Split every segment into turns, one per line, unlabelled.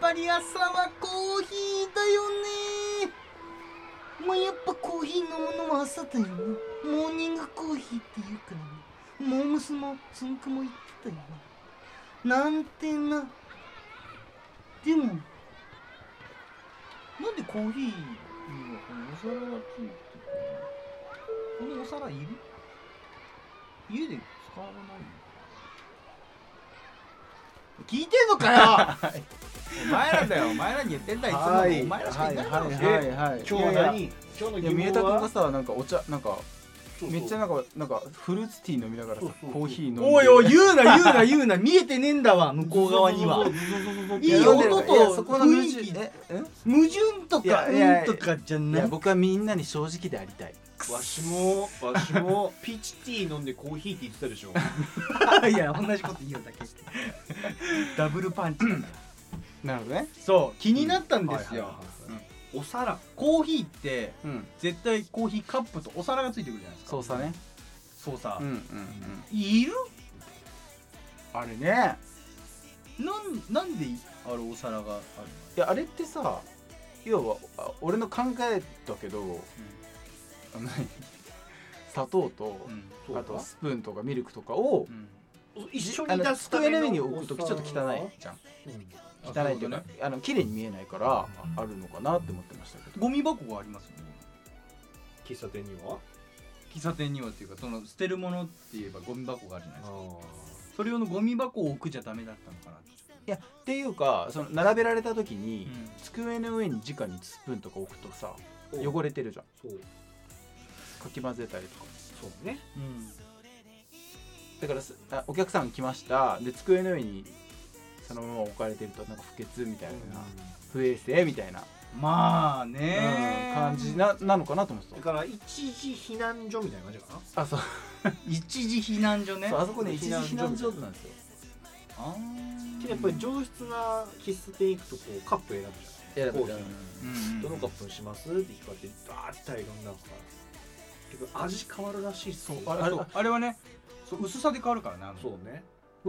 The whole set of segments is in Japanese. マリアさんはコーヒーだよねまあやっぱコーヒー飲むのは朝だよねモーニングコーヒーっていうからねモームスもつんくも言ってたよねなんてなでもなんでコーヒーにはこのお皿がついてるのこのお皿いる家で使わないの聞いてんの かよ
お前らだよお前らに言ってんだいつも
はい
お前らしかいないだろうし
はい
はい
今日はい
やいや
何今日の
いや
疑
宮
問
田君
は
がさなんかお茶なんか
そうそう
めっちゃなんかなんかフルーツティー飲みながらさ
そうそうそう
コーヒー飲んで
おいおい言うな言うな言うな見えてねえんだわ向こう側には
や
いい
飲んでる
音と
いやそこの
雰囲気
矛盾え
矛盾と
い
か
やいや
うんとかじゃ
えい
な
や
い
僕はみんなに正直でありたい
わしもわしも ピーチティー飲んでコーヒーって言ってたでしょ
いや同じこと言うだけダブルパンチ
なるほどね
そう気になったんですよ
お皿コーヒーって
うん
絶対コーヒーカップとお皿がついてくるじゃないですか
そうさね
そうさ
うんうんうん
いる
あれね
なんなんであれお皿がある
いやあれってさ要はあ俺の考えだけど、あの何 砂糖と、
そうか
あとスプーンとかミルクとかを、
一緒
あ
に
の
出すた
机の
めの
上に置くときちょっと汚いじゃん
あ
汚いとい
そう
うか
いうこ
あの綺麗に見えないからあるのかなって思ってましたけど
ゴミ箱がありますよね
喫茶店には
喫茶店にはっていうかその捨てるものって言えばゴミ箱があるじゃないですかそれ用のゴミ箱を置くじゃダメだったのかなって
っていうかその並べられた時に、
うん
机の上に直にスプーンとか置くとさ
お
汚れてるじゃん
そう
かき混ぜたりとか
そうね
だからすあお客さん来ましたで机の上にそのまま置かれてるとなんか不潔みたいな、不衛生みたいな、
まあ
う
ね
ん感じななのかなと思って
だから一時避難所みたいな感じかな
たあそう
一時避難所ね
そうあそこね一
避
時
難所
避難所なんですよ
あー
けどやっぱり上質な喫茶店行くとこうカップ選ぶじゃんコーヒ
う
ー
ん
どのカップにしますって聞かれてダーッて大量になるから結構味変わるらしいそう
あれそうあれはねそう薄さで変わるからねあの
そうね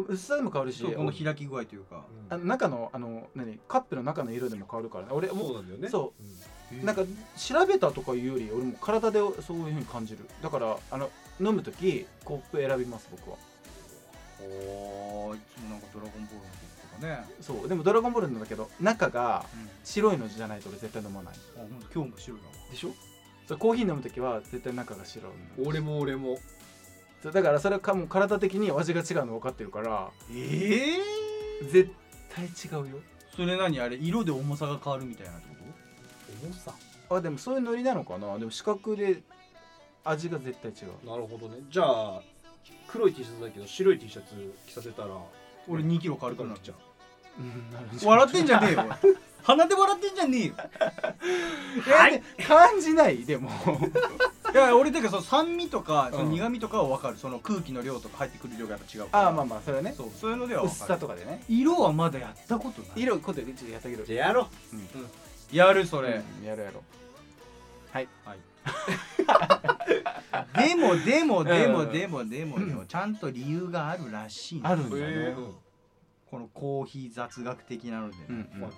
薄さでも変わるし
そうこの開き具合というか
あの中のあの何カップの中の色でも変わるからね俺
そう
も
なんだよね
そ
うん
うなんか調べたとかいうより俺も体でそういうふうに感じるだからあの飲む時コップ選びます僕は
おーいつもなんかドラゴンボールの時とかね
そうでも「ドラゴンボール」なんだけど中が
うん
白いのじゃないと俺絶対飲まない
あほんと今日も白いな
でしょそうコーヒー飲む時は絶対中が白い
俺も俺も
そうだからそれはかもう体的に味が違うの分かってるから
ええ
絶対違うよ
それ何あれ色で重さが変わるみたいなってこ
重さ
あでもそういうノリなのかなでも視覚で味が絶対違う
なるほどねじゃあ黒い T シャツだけど白い T シャツ着させたら
と俺2キロ
あ
軽 くなっ
ち
ち
ゃ
ゃ
う
うんなるほ
う笑ってんじ ゃねえよおい鼻で笑ってんじゃねえよ
どいやで感じないでも
いや俺だけどその酸味とか
ん
その苦味とかは分かるその空気の量とか入ってくる量がやっぱ違うから
ああまあまあそれはね
そうそういうのでは分か
薄
る
さとかでね
色はまだやったことない
色こうやってちょっとやったけど
じゃあやろう
やるそれ、
うんやろうやろ
でもでもで
う
も
ん
でもでもでもちゃんと理由があるらしいの
あるんだね、
えー
このコーヒー雑学的なのでね、
うん
うんはいはいはい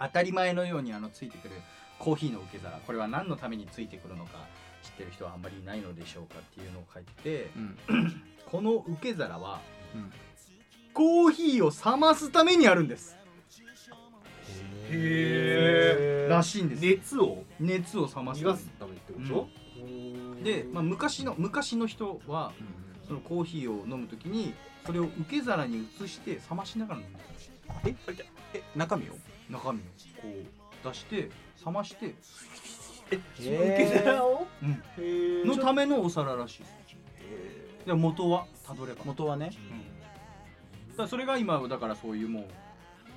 当たり前のようにあのついてくるコーヒーの受け皿これは何のためについてくるのか知ってる人はあんまりいないのでしょうかっていうのを書いてて
うん
この受け皿は
うん
コーヒーを冷ますためにあるんです
へ
らしいんですよ
熱を
熱を冷ます
逃
た
が
め
すためってこ
に
と
で、まあ、昔の昔の人は
うん
そのコーヒーを飲むときにそれを受け皿に移して冷ましながら飲んでたらしい
ええ中身を
中身をこう出して冷まして
受け皿を
うん
へー
のためのお皿らしいですで元はたどれば
元はね
だからそれが今だからそういうも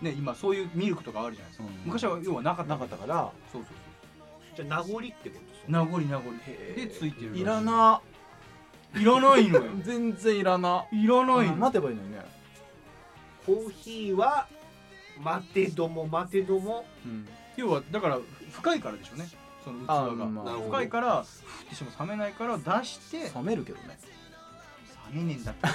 うね今そういうミルクとかあるじゃないですか、
うん
昔は要はなかった
なかったから
そうそうそ
じゃあ名残ってこ
う
と
名残名残
へー
でついてるし
いらない
らないのよ
全然いらない
らない
あ
の
待てばいいのにね
コーヒーは待てども待てども
うん
要はだから深いからでしょうねその器
あ
が、
ま
なる
あ
ほど
深いからふってしても冷めないから出して
冷めるけどね
冷めねえんだって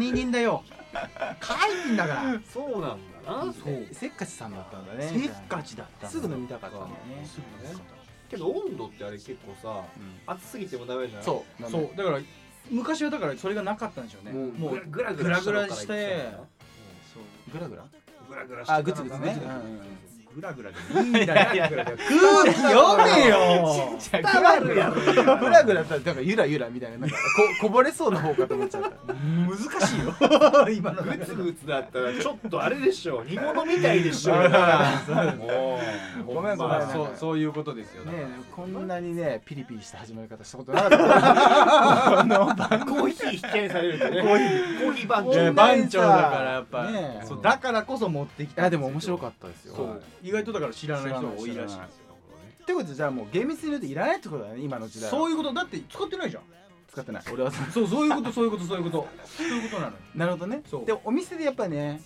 冷めねえんだよいてんだから
そうなんだな
そう
せっかちさんだったんだね
せっかちだった
すぐ飲みたかったんだよね
すぐ飲みたかっ
けど温度ってあれ結構さ熱すぎてもダメじ
う
ゃ
ん
ん
そ
た
う
そうだから昔はだからそれがなかったんでしょうね
もう
もう
グラ
グラグラして
うグラグラ
グラグラ
あグツグツね
グラグラでいいんだよ
グラグラ
空気 読めよ
グラグラグラグラだったらなんかゆらゆらみたいななんかここぼれそうな方かと思っ ちゃっ た
難しいよ 今の
グツグツだったらちょっとあれでしょ煮物みたいでしょ
うん
もう
ごめんごめん
まあ
そ
そう
そういうことですよだ
ね
から
えこんなにねピリピリした始まり方したことなか ったこの番
うコーヒー引き合いされるとねコーヒーコーヒー番
いや
長
番長だからやっぱ、
ねえ
そうだからこそ持ってき
い
た
やでも面白か
っ
ったですよ
そう意外とだから知らない人が多いらしい
知らない
ですよ
ってことでじゃあもう厳密に言うといらないってことだね今の時代は
そういうことだって使ってないじゃん
使ってない俺は
そうそういうことそういうことそういうことそういうことなのよ
なるほどね
そう
でもお店でやっぱね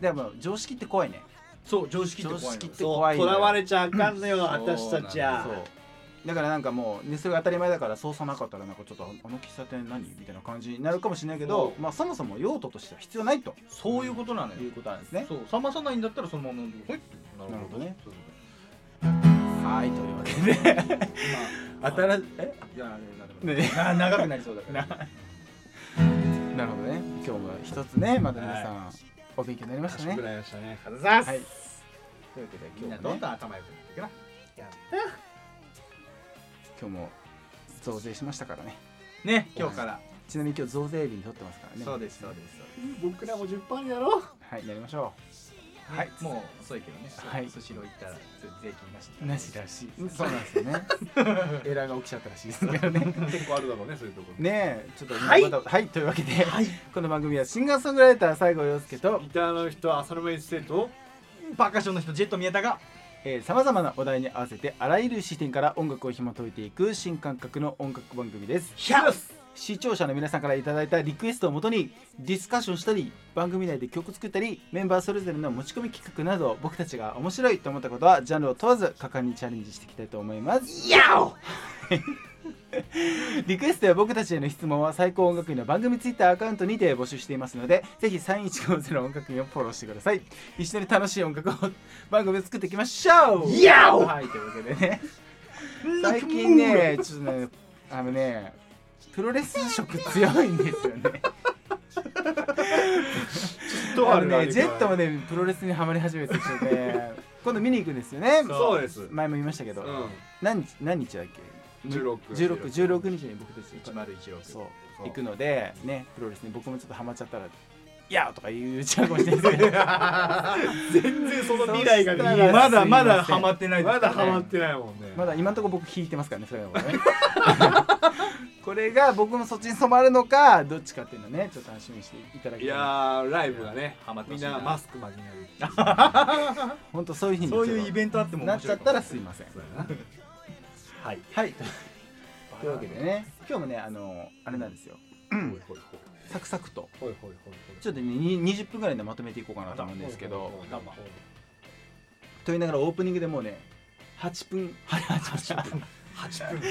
でも常識って怖いね
そう常識って怖いのよ
常識って
そう
怖いん
と
だよ
らわれちゃあかんの
そう
よ私たち
あ
は
そうだからなんかもう、ね、それが当たり前だからそうさなかったらなんかちょっとああの喫茶店何みたいな感じになるかもしれないけど、
う
まあ、そもそも用途としては必要ないと
そういうことなのよ
いうことなんですね。
そう冷まさないんだったらそのまま飲んでほいってな
なるほどね
そうそう
はいというわけで新しえ
そういやあれ
ね
なな 長くなりそうだから
なるほどね今日も一つねまた皆さん、お勉強になりました
賢
ね
く。なりましたねありがとうございます
はいというわけで
みん
今
な
日
ど
も
ん
ね
どん頭良くなっていくな
今日も増税しましたからね
ね今日から
ちなみに今日増税日に取ってますからね
そうですそうですそうです
僕らも10パーになろう
はいやりましょ
はい、もう遅いけどね。
はい
スシロー行ったら税金なし。
うなしらしいそうなんですよねエラーが起きちゃったらしいですけ どね
結構あるだろうねそういうところ
ねえちょっと
はい
またはいというわけで、この番組はシンガーソングライター西郷陽介と
ギターの人浅沼一生と
パーカッションの人、ジェット宮田が。
さまざまなお題に合わせてあらゆる視点から音楽を紐解いていく新感覚の音楽番組です
ヒャス
視聴者の皆さんからいただいたリクエストをもとにディスカッションしたり番組内で曲作ったりメンバーそれぞれの持ち込み企画など僕たちが面白いと思ったことはジャンルを問わず果敢にチャレンジしていきたいと思います
ヤオ
リクエストや僕たちへの質問は最高音楽院の番組ツイッターアカウントにて募集していますのでぜひ3150音楽院をフォローしてください一緒に楽しい音楽を番組を作っていきましょう
ヤオ
はいというわけでね最近ねちょっとねあのねプロレス色強いんですよね
とあ
あ
る
のねジェットもねプロレスにはまり始めてきてね 今度見に行くんですよね
そうですうん
前も言いましたけど、何日何日だっけ
16
16 16日に僕たち
一丸一六。
そう
そう
行くのでねプロレスに僕もちょっとハマっちゃったら「いや!」とか言うちゃうかもしれないで すけど
全然その未来が見
そ
えな
し
い
たら
まだまだハマってないです
ま
か
だ
らね。
ハマってないもんね
まだ今のところ僕引いてますからねそれはもうね これが僕もそっちに染まるのかどっちかっていうのをねちょっと楽しみにしていただ
い
きたい
やーライブがね
ハマって
み
ほ
ん
しいな
なマスクまでになるっていう
本当そういうふうに
そういうイ
ン
ベントあっても
な
面
っちゃ
白い
っ
かも
たらすいません
そうやなはい
はいとというわけでね今日もねあのあれなんですよ
ほいほい
サクサクと
ほいほいほいほい
ちょっとねに20分ぐらいでまとめていこうかなと思うんですけどと言いながらオープニングでもうね8分8分
8分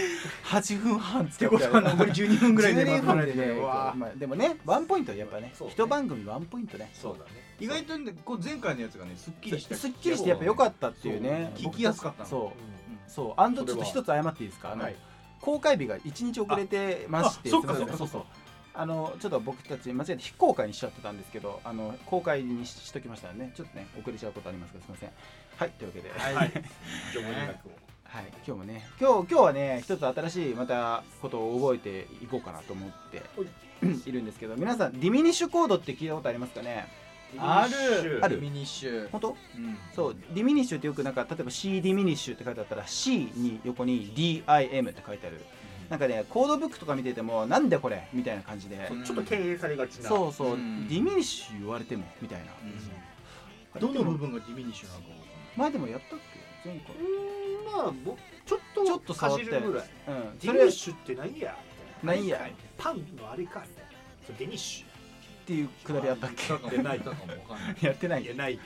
8分半つ
ってことは残り12分ぐらいでまとめないといけないわあ
まあでもねワンポイントやっぱね
そうね
一番組ワンポイントね
そうだね
意外とねこう前回のやつがね、すっきりした。
すっきりしてやっぱ良かったっていうね
そう聞きやすかったの
そ
うん
うそうあんと
そ
ち
れ
ょっと
は
一つ謝っていいですかあの
はい
公開日が1日遅れてまして
ああそっか
すいません
そっかそっか
あのちょっと僕たち間違えて非公開にしちゃってたんですけどあの公開にししときましたのでねちょっとね遅れちゃうことありますがすいませんはいというわけで
はい。
今日も連絡を
はい、今日もね今日今日はね一つ新しいまたことを覚えていこうかなと思って
ほい
いるんですけど皆さんディミニッシュコードって聞いたことありますかね
ある。
ある
ミニッシュ。
本当
うん。
そうディミニッシュってよくなんか例えば C ディミニッシュって書いてあったら C に横に DIM って書いてあるなんかねコードブックとか見ててもなんでこれみたいな感じで
うん
ちょっと敬遠されがちな
そうそう、
うん
ディミニッシュ言われてもみたい
う
なあれ
ん。どの
でも
部分がディミニッシュなのかわかんない。
前でもやったっけ前回
うーんまあぼちょっと
ちょっと触った
かじるぐらい
うん
デ
そ
ニッ
れっ
シュって何や
何や
かパンのあれかみたいなそれデニッシ
ていうくだりあったっ
言たかも
ない
言ったかもわかんない。
け やってな
ュ
い
いやない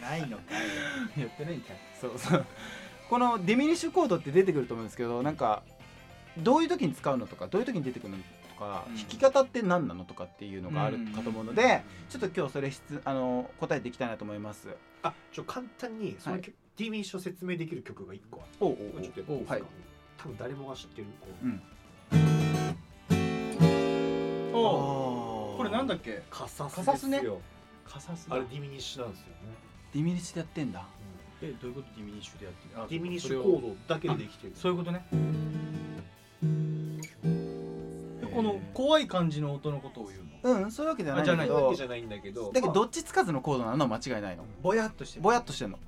ないのか
やってないんかいそうそうこのディミニッシュコードって出てくると思うんですけどなんかどういう時に使うのとかどういう時に出てくるの
う
か、
ん
弾き方って何なのとかっていうのがあるかと思うので、ちょっと今日それ質あの答えていきたいなと思います。
あちょ簡単にその曲、DB 一緒説明できる曲が一個ある
おう
これちょっとやっていいですか、
はい。
多分誰もが知ってるこう
うん。
お
お
これなん
だ
だっけ
カサ
カ
ス
サ
で
ス
す
ね
よ
カサス
あ
だ
れディミニッシュなんですよね、
ディミニッシュでやってんだ。
えどういうことディミニッシュでやってるあ
ディミニッシ
それ
ュ
を
コードだけでできてる
そういうことね
えー
この怖い感じの音のことを言うの
うん、そういうわけじゃないんだけ
あじ
そういう
ど
わけじ、ゃないんだけど
だけど
ま
どっちつかずのコードなのは間違いないの。
ぼやっとして
ぼやっとしてんの。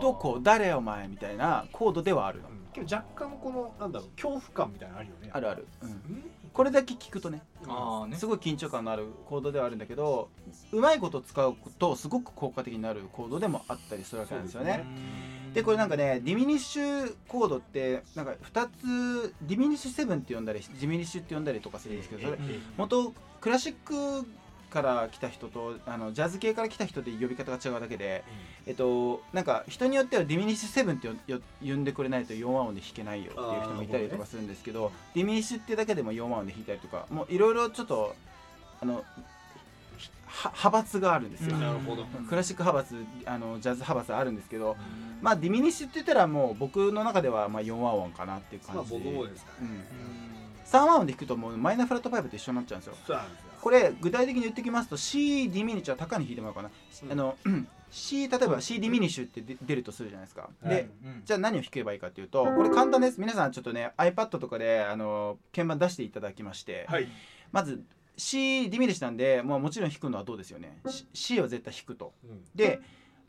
ど
ど
こ誰お前みたいなコードではあるの
あ。うんけど若干このなんだろう恐怖感みたいなのあるよね
あ
る
るある。うん。
うん
これだけ聞くとね、
ああね
すごい緊張感のあるコードではあるんだけど、うまいこと使うとすごく効果的になるコードでもあったりするわけなんですよね。
そうですね
でこれなんかねディミニッシュコードってなんか2つディミニッシュ7って呼んだりディミニッシュって呼んだりとかするんですけどそれ
うん
元クラシックから来た人とあのジャズ系から来た人で呼び方が違うだけで、えっと、なんか人によってはディミニッシュ7って呼呼んでくれないと4和音で弾けないよっていう人もいたりとかするんですけど、ディミニッシュってだけでも4和音で弾いたりとかもういろいろちょっとあのひは派閥があるんですよ、
うんなるほど
クラシック派閥あのジャズ派閥あるんですけど、
うん
まあディミニッシュって言ったらもう僕の中ではまあ4和音かなっていう
まあ
感じ
僕
で、
もですか
う
ね
ん、
うん
3和音で弾くともうマイナーフラットパイブと一緒になっちゃうんですよ
そうなんですよ
これ具体的に言ってきますと C ディミニッシュは高に弾いてもらおうかな、
うん
あの うん C 例えば C ディミニッシュって出出るとするじゃないですか、
はい
でじゃあ何を弾けばいいかっていうとこれ簡単です皆さんちょっとね iPad とかであの鍵盤出していただきまして、
はい
まず C ディミニッシュなんで、まあ、もちろん弾くのはどうですよね C- C を絶対弾くと
うん
で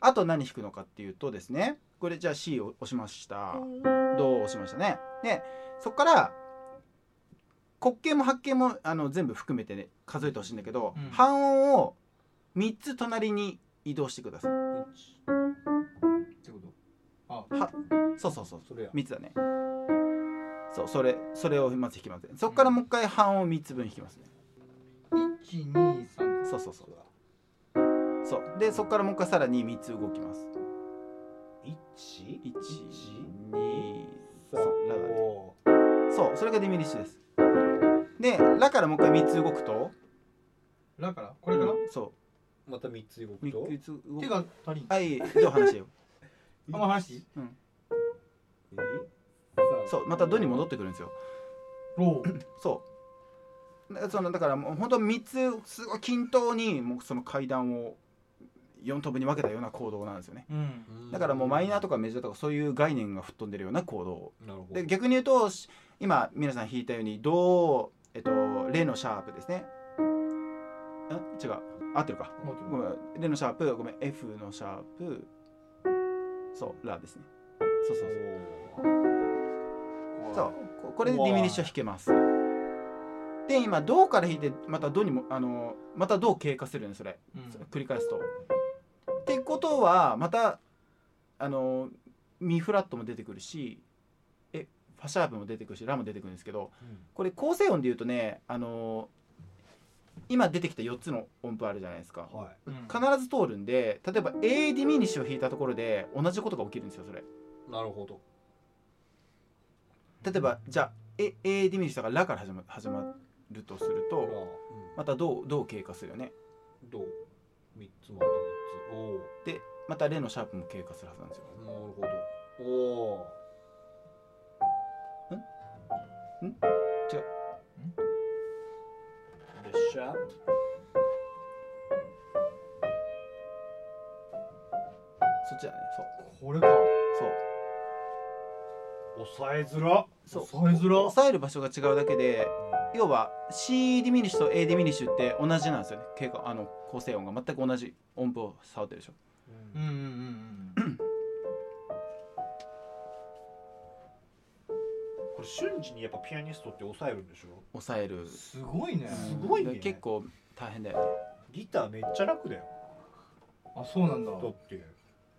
あと何弾くのかっていうとですねこれじゃあ C を押しましたドを押しましたねでそこから滑稽も発見もあの全部含めて、ね、数えてほしいんだけど、
うん
半音を3つ隣に移動してください
ってことあ
そうそうそう
それや
3つだねそうそれそれをまず弾きますねそこからもう一回半音3つ分弾きますね
一二三
そうそうそうそうでそこからもう一回さらに3つ動きます
一
1 2
さ
3ラだね
お
そうそれがディミニッシュですでラからもう一回3つ動くと
ラからこれから
そ
ーまた三つ動
う
くと
3つ動
手
く
が足りん
はいどう話してよ
あんま話していい
え
そうまたドに戻ってくるんですよ
ロー
そうだそのだからもう本当3つすごい均等にもうその階段を4等分に分けたような行動なんですよね
うん
だからもうマイナーと
か
かメジャーとかそういう概念が吹っ飛んでるような行動
なるほど
で逆に言うとし今皆さん弾いたようにドえっとレのシャープですねん違う合ってるか
もうちょっ
ごめんレのシャープごめん F のシャープそうラですねそうそうそう
と
そうここれでディミニッシュは弾けますで今ドから弾いてまたドにもあのまたド経過するねそれ、
うん
繰り返すとってことはまたあのミフラットも出てくるしえファシャープも出てくるしラも出てくるんですけどこれ構成音で言うとねあの今出てきた4つの音符あるじゃないですか、
は
う
い
ん
必ず通るんで例えば A ディミニッシュを弾いたところで同じことが起きるんですよそれ
なるほど
例えばじゃあえ A ディミニッシュだからラから始ま始まるとする
あ
とまたどうどう経過するよね
どう三つまた三つおお
でまたレのシャープも経過するはずなんですよ
なるほどおお
んん違う
でしゃ
そっちだねそう
これか
抑えづら
そうそう
抑えづら
抑える場所が違うだけで要は C ディミニッシュと A ディミニッシュって同じなんですよね経過あの構成音が全く同じ音符を触ってるでしょ
うん
うんうんうんうん
これ瞬時にやっぱピアニストって抑えるんでしょ
抑える
すごいね
すごいね
結構大変だよね
ギターめっちゃ楽だよ
あそうなんだ
だって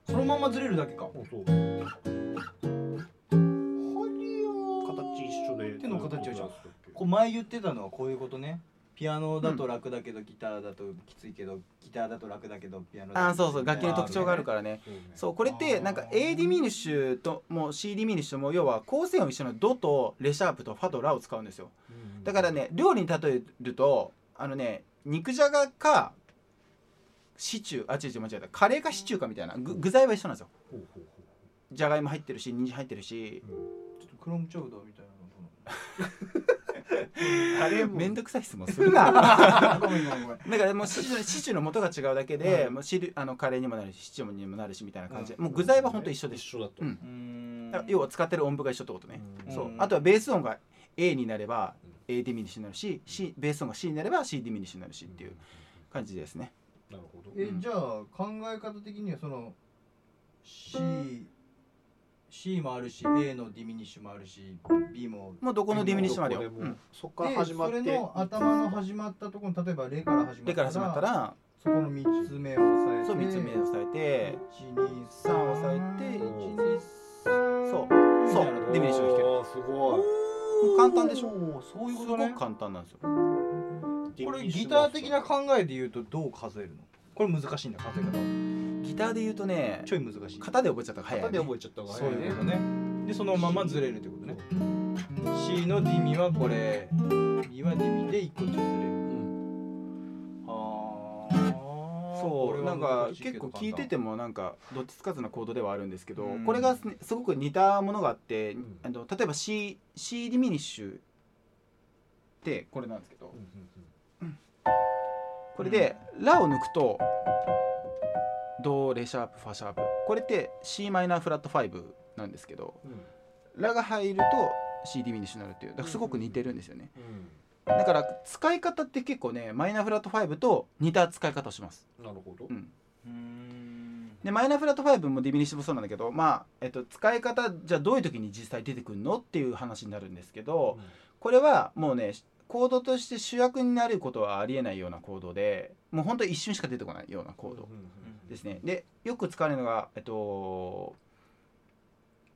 そのままずれるだけか
もうそう
はりよー
形一緒で
手の形はじゃあ
なんとなく
こう前言ってたのはこういうことねピアノだと楽だけど、ギターだときついけどギターだと楽だけどピアノだと
あーそうそう楽器の特徴があるからね
そうね
そうこれってなんか A ディミニッシュとも C ディミニッシュも要は構成音一緒のドとレシャープとファとラを使うんですよ
うん
だからね料理に例えるとあのね肉じゃがかシチューあ違う違う間違えたカレーかシチューかみたいな具具材は一緒なんですよ
ほうほうほ
じゃがいも入ってるし人参入ってるし
ううん
ちょっとクロムチョウドみたいなのどうなの
あれも
めんどくさい質問するな
あごめんごめんごめん。
だからもうシチューシチューの元が違うだけで、
うん
もう汁あのカレーにもなるしシチューにもなるしみたいな感じで、
うん
もう具材は本当一緒で
一
す、
緒だと
うん
うーん
だから要は使ってる音符が一緒ってことね、
うん
そう
うん
あとはベース音が A になれば A ディミニッシュになるし、C、ベース音が C になれば C ディミニッシュになるしっていう感じですね。
なるほど
え
うん
じゃあ考え方的にはその C C もあるし A のディミニッシュもあるし B も
もうどこのディミニッシュまでよ。
ど
う
こも
ん
そっから
で
始まっ
そ
て
れの頭の始まったところに例えばレから始まった
でから始まったら、
そこの3つ目を押さえて
そう三つ目を押さえて、
123
3を押さえて、
うん
そう
みた
そ
いな
う
とこ
ディミニッシュが弾ける。
おーすごい
もう簡単でしょ。
ょそういう
す
こ
ご
と
く
ね
簡単なんですよ。
これギター的な考えで言うとどう数えるのこれ難しいんだ数え方
ギターで言うとね、
ちょい難しい
型で覚えちゃったら早い、ね。
型で覚えちゃった方が
そう
早い
い
ね
うことねでそのままずれるってことね C のディミはこれミはディミで1個ずつずれる
うん
あ
そうなんか結構聞いててもなんかどっちつかずなコードではあるんですけど、これがすねすごく似たものがあって、
ん
あの例えば C, C ディミニッシュってこれなんですけど、
うんうんうん
これで「ラ」を抜くとドレシャープファシャープこれって c マイナーフラット5なんですけど「ラ」が入ると C ディミニッシュになるっていうだからすごく似てるんですよね
う
だから使い方って結構ねマイナーフラット5と似た使い方をします
んなるほど
うん
うん
でマイナーフラット5もディミニッシュもそうなんだけどまあ、えっと、使い方じゃあどういう時に実際出てくるのっていう話になるんですけどこれはもうねコードとして主役になることはありえないようなコードでもうほんと一瞬しか出てこないようなコードですすね。で、よく使われるのが、えっと、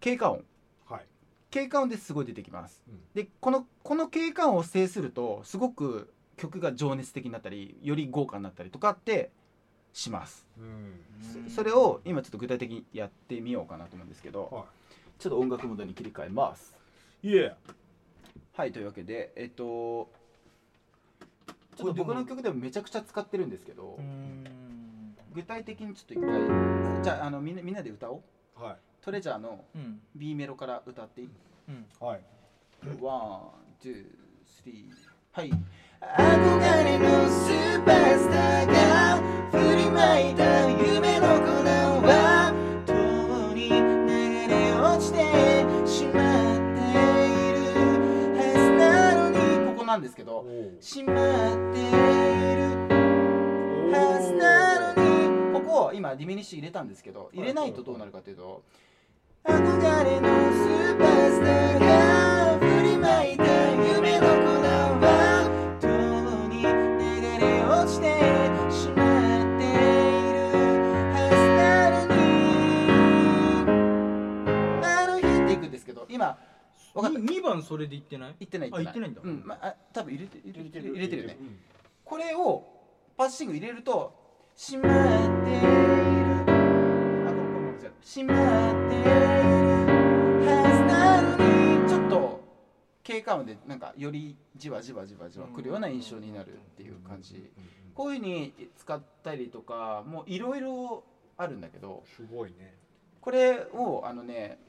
経過音。
はい
経過音ですごい出てきます。
うん
で、この、この経過音を制すると、すごく曲が情熱的になったり、より豪華になったりとかってします。
うん
そそれを今ちょっと具体的にやってみようかなと思うんですけど、
は
ちょっと音楽モードに切り替えます。
いいえ
はい、というわけで、えっと、ちょ
ことれで
っ
も
僕の曲でもめちゃくちゃ使ってるんですけど、
うん
具体的にちょっと一回、じゃあ、あのみんなみんなで歌おう。
は
トレジャーの
うん、
B メロから歌っていい
うん、
いはい
ワン、ツー、スリー。はい。憧れのスーパースターが振りまいた夢の粉は共に流れ落ちてしまっているはずなのにここなんですけどしまっているはずなのにここを今ディミニッシュ入れたんですけど入れないとどうなるかというと憧れのスーパースターが振りまいた夢の粉は共に流れ落ちてしまっているはずなのにあの日っていくんですけど今わかった
2番それで言ってない
言ってない
あ言ってないんだ
うん、まあ、多分入れて入れてる入れてるよね
うん
これをパッシング入れると「しまっている」あこれこれも違う「しまっている」はずなのにちょっと経過音でなんかよりじわじわじわじわくるような印象になるっていう感じこういうふうに使ったりとかもういろいろあるんだけど
すごいね
これをあのね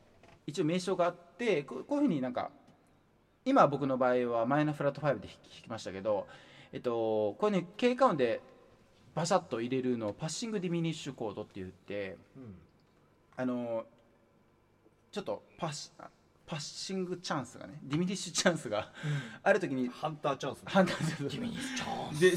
一応名称があってここういうふうになんか今僕の場合はマイナーフラット5で弾き弾きましたけど、えっと、こういうふうに経過音でバシャッと入れるのをパッシングディミニッシュコードって言って
うん
あのちょっとパッシあパッシングチャンスがねディミニッシュチャンスがある時に
ハンターチャンス
判断するディミニッシュチャンスで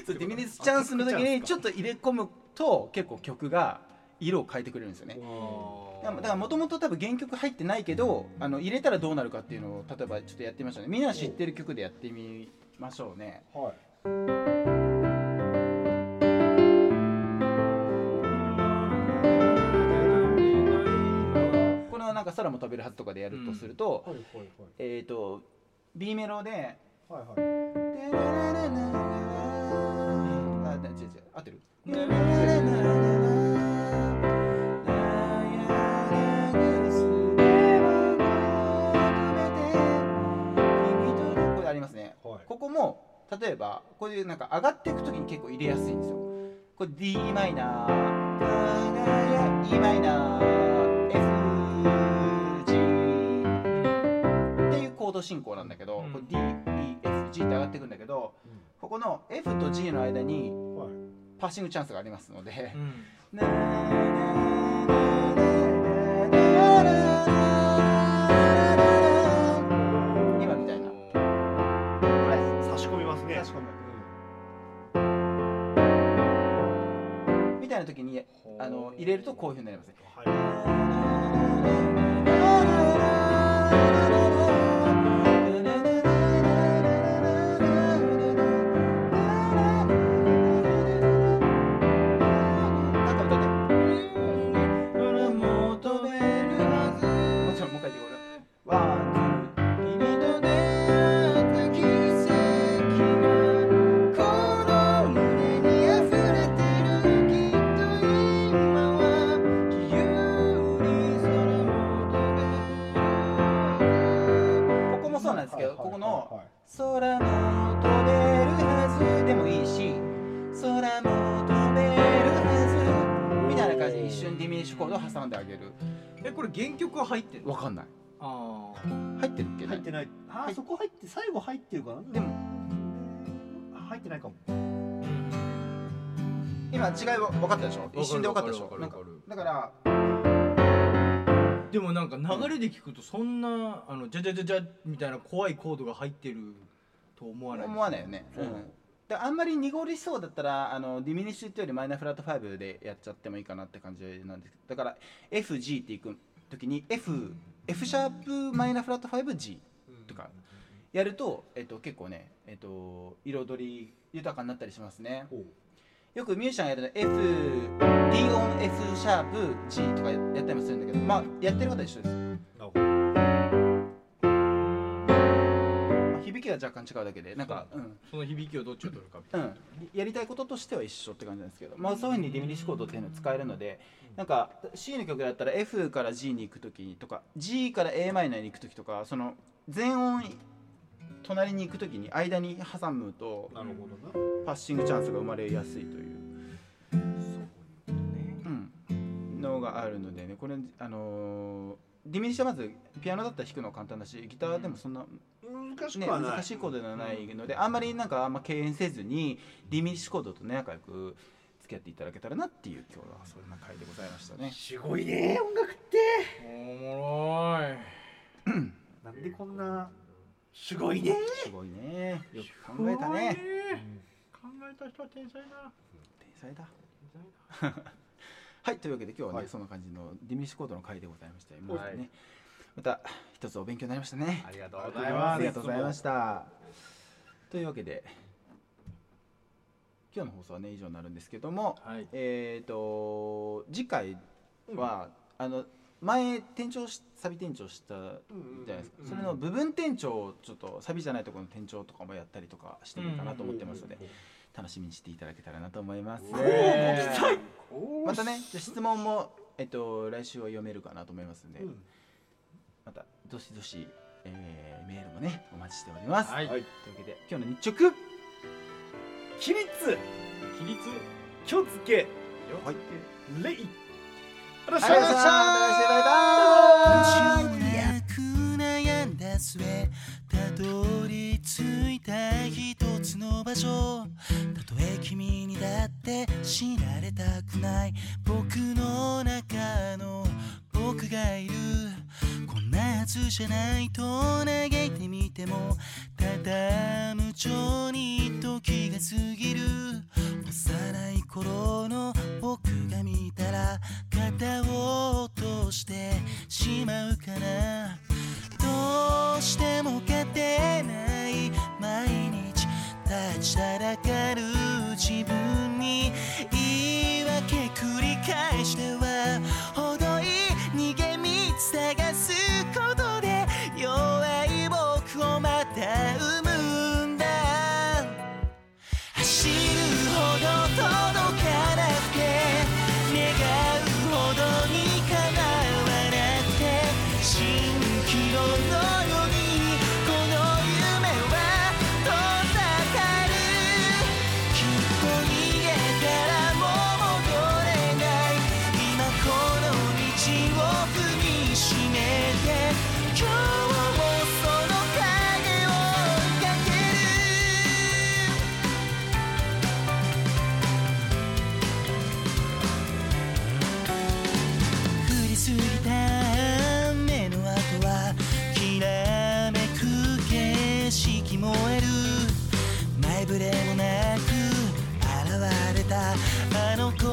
そうディミニッシュチャンスの時にちょっと入れ込むと結構曲が色を変えてくれるんですよねだからだからもともと多分原曲入ってないけどあの入れたらどうなるかっていうのを例えばちょっとやってみましょうねみんな知ってる曲でやってみましょうね
はい
このなんか「空も飛べるはず」とかでやるとすると、
はいはいはい
えっ、と B メロで「
はいはい
あ、違う違う、合ってる。これありますね。
はい
ここも例えばこういうなんか上がっていくときに結構入れやすいんですよ。これ d マイナー、E マイナー、F G っていうコード進行なんだけど、
うん
これ D E F G って上がっていくんだけど、ここの F と G の間に
うんはい
パッシングチャンスがありますので。
うん
今みたいな。これ
差し込みますね
差し込む。みたいな時にあの入れるとこういうふうになりますね。
は
なんか歌って
求めるはず
もちろんもう一回でこれ。ワン、ツー。
君と出会った奇跡がこの胸に溢れてるきっと今は自由に空も
ここもそうなんですけど、
はい
こ
はい
こ
はい
の
はい
「空も飛べるはず」でもいいし「空も飛べるはず」みたいな感じで一瞬ディミニッシュコードを挟んであげる
飛べえこれ原曲は入ってる
わかんない
あ
入ってるっけ、
入ってないあ
は
ー
い
そこ入って最後入ってるかな
でも
あ入ってないかも
今違いは分かったでしょ
あ
一瞬で分かったでしょなんかだから
でもなんか流れで聞くとそんなあのじゃじゃじゃじゃみたいな怖いコードが入ってると思わない
思わないよね、
うん
であんまり濁りそうだったらあのディミニッシュっていうよりマイナーフラット5でやっちゃってもいいかなって感じなんですけどだから FG っていく時に F F シャープマイナーフラット 5G とかやると、えっと、結構ね、えっと、彩り豊かになったりしますね
おう
よくミュージシャンがやるの F D on F シャープ G とかやったりもするんだけどまあやってることは一緒です
なるほど
まあ響きが若干違うだけでなんかうん
その響きをどっちを取るかみた
う
いな、
ん、やりたいこととしては一緒って感じなんですけど、まあ、そういうふうにディミニッシュコードっていうのを使えるのでなんか C の曲だったら F から G に行く時とか G から a マイナーに行く時とかその全音隣に行く時に間に挟むと
なるほどな
パッシングチャンスが生まれやすいという、うん、のがあるのでねこれあのーディミニッシュはまずピアノだったら弾くの簡単だしギターでもそんな
難し
ね、
くはない、
難しいコードではないので、あんまりなんかあんま敬遠せずにディミニッシュコードとね仲良く付き合っていただけたらなっていう今日はそんな回でございましたね。
すごいね音楽って
おもろい
なんでこんなすごいね
すごいね。よく考えた
す
ね。
ごいね
うん
考えた人は天才だ
天才だ。はいというわけで今日はね、
はい
そんな感じのディミニッシュコードの回でございました。今
はい
ね、また一つお勉強になりましたね。
ありがとう
ご
ご
ざ
ざ
い
い
ます
ま
あ
す
りがとうございました。というわけで今日の放送はね以上になるんですけども。
はい
えー、と次回は、あの前転調しサビ転調したじゃないですか、それの部分転調をちょっとサビじゃないところの転調とかもやったりとかしてみようかなと思ってますので、楽しみにしていただけたらなと思います、
おーご期待
またねじゃあ質問も、えっと、来週は読めるかなと思いますので、
うん
またどしどし、えーメールもねお待ちしております、
はい
はい
というわけで今日の日直
起立
起立
気をつけ
はい
礼あらっ
ありがとうございましたバイバイ
悩んだ末たどり着いた一つの場所たとえ君にだって知られたくない僕の中の僕がいるこんなはずじゃないと嘆いてみてもただ無情に時が過ぎる幼い頃の僕が見たら肩を落としてしまうかなどうしても勝てない毎日立ちはだかる自分に言い訳繰り返しては程よい逃げ道探すことで弱い僕をまた生むんだたあの頃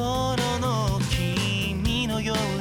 の君のよう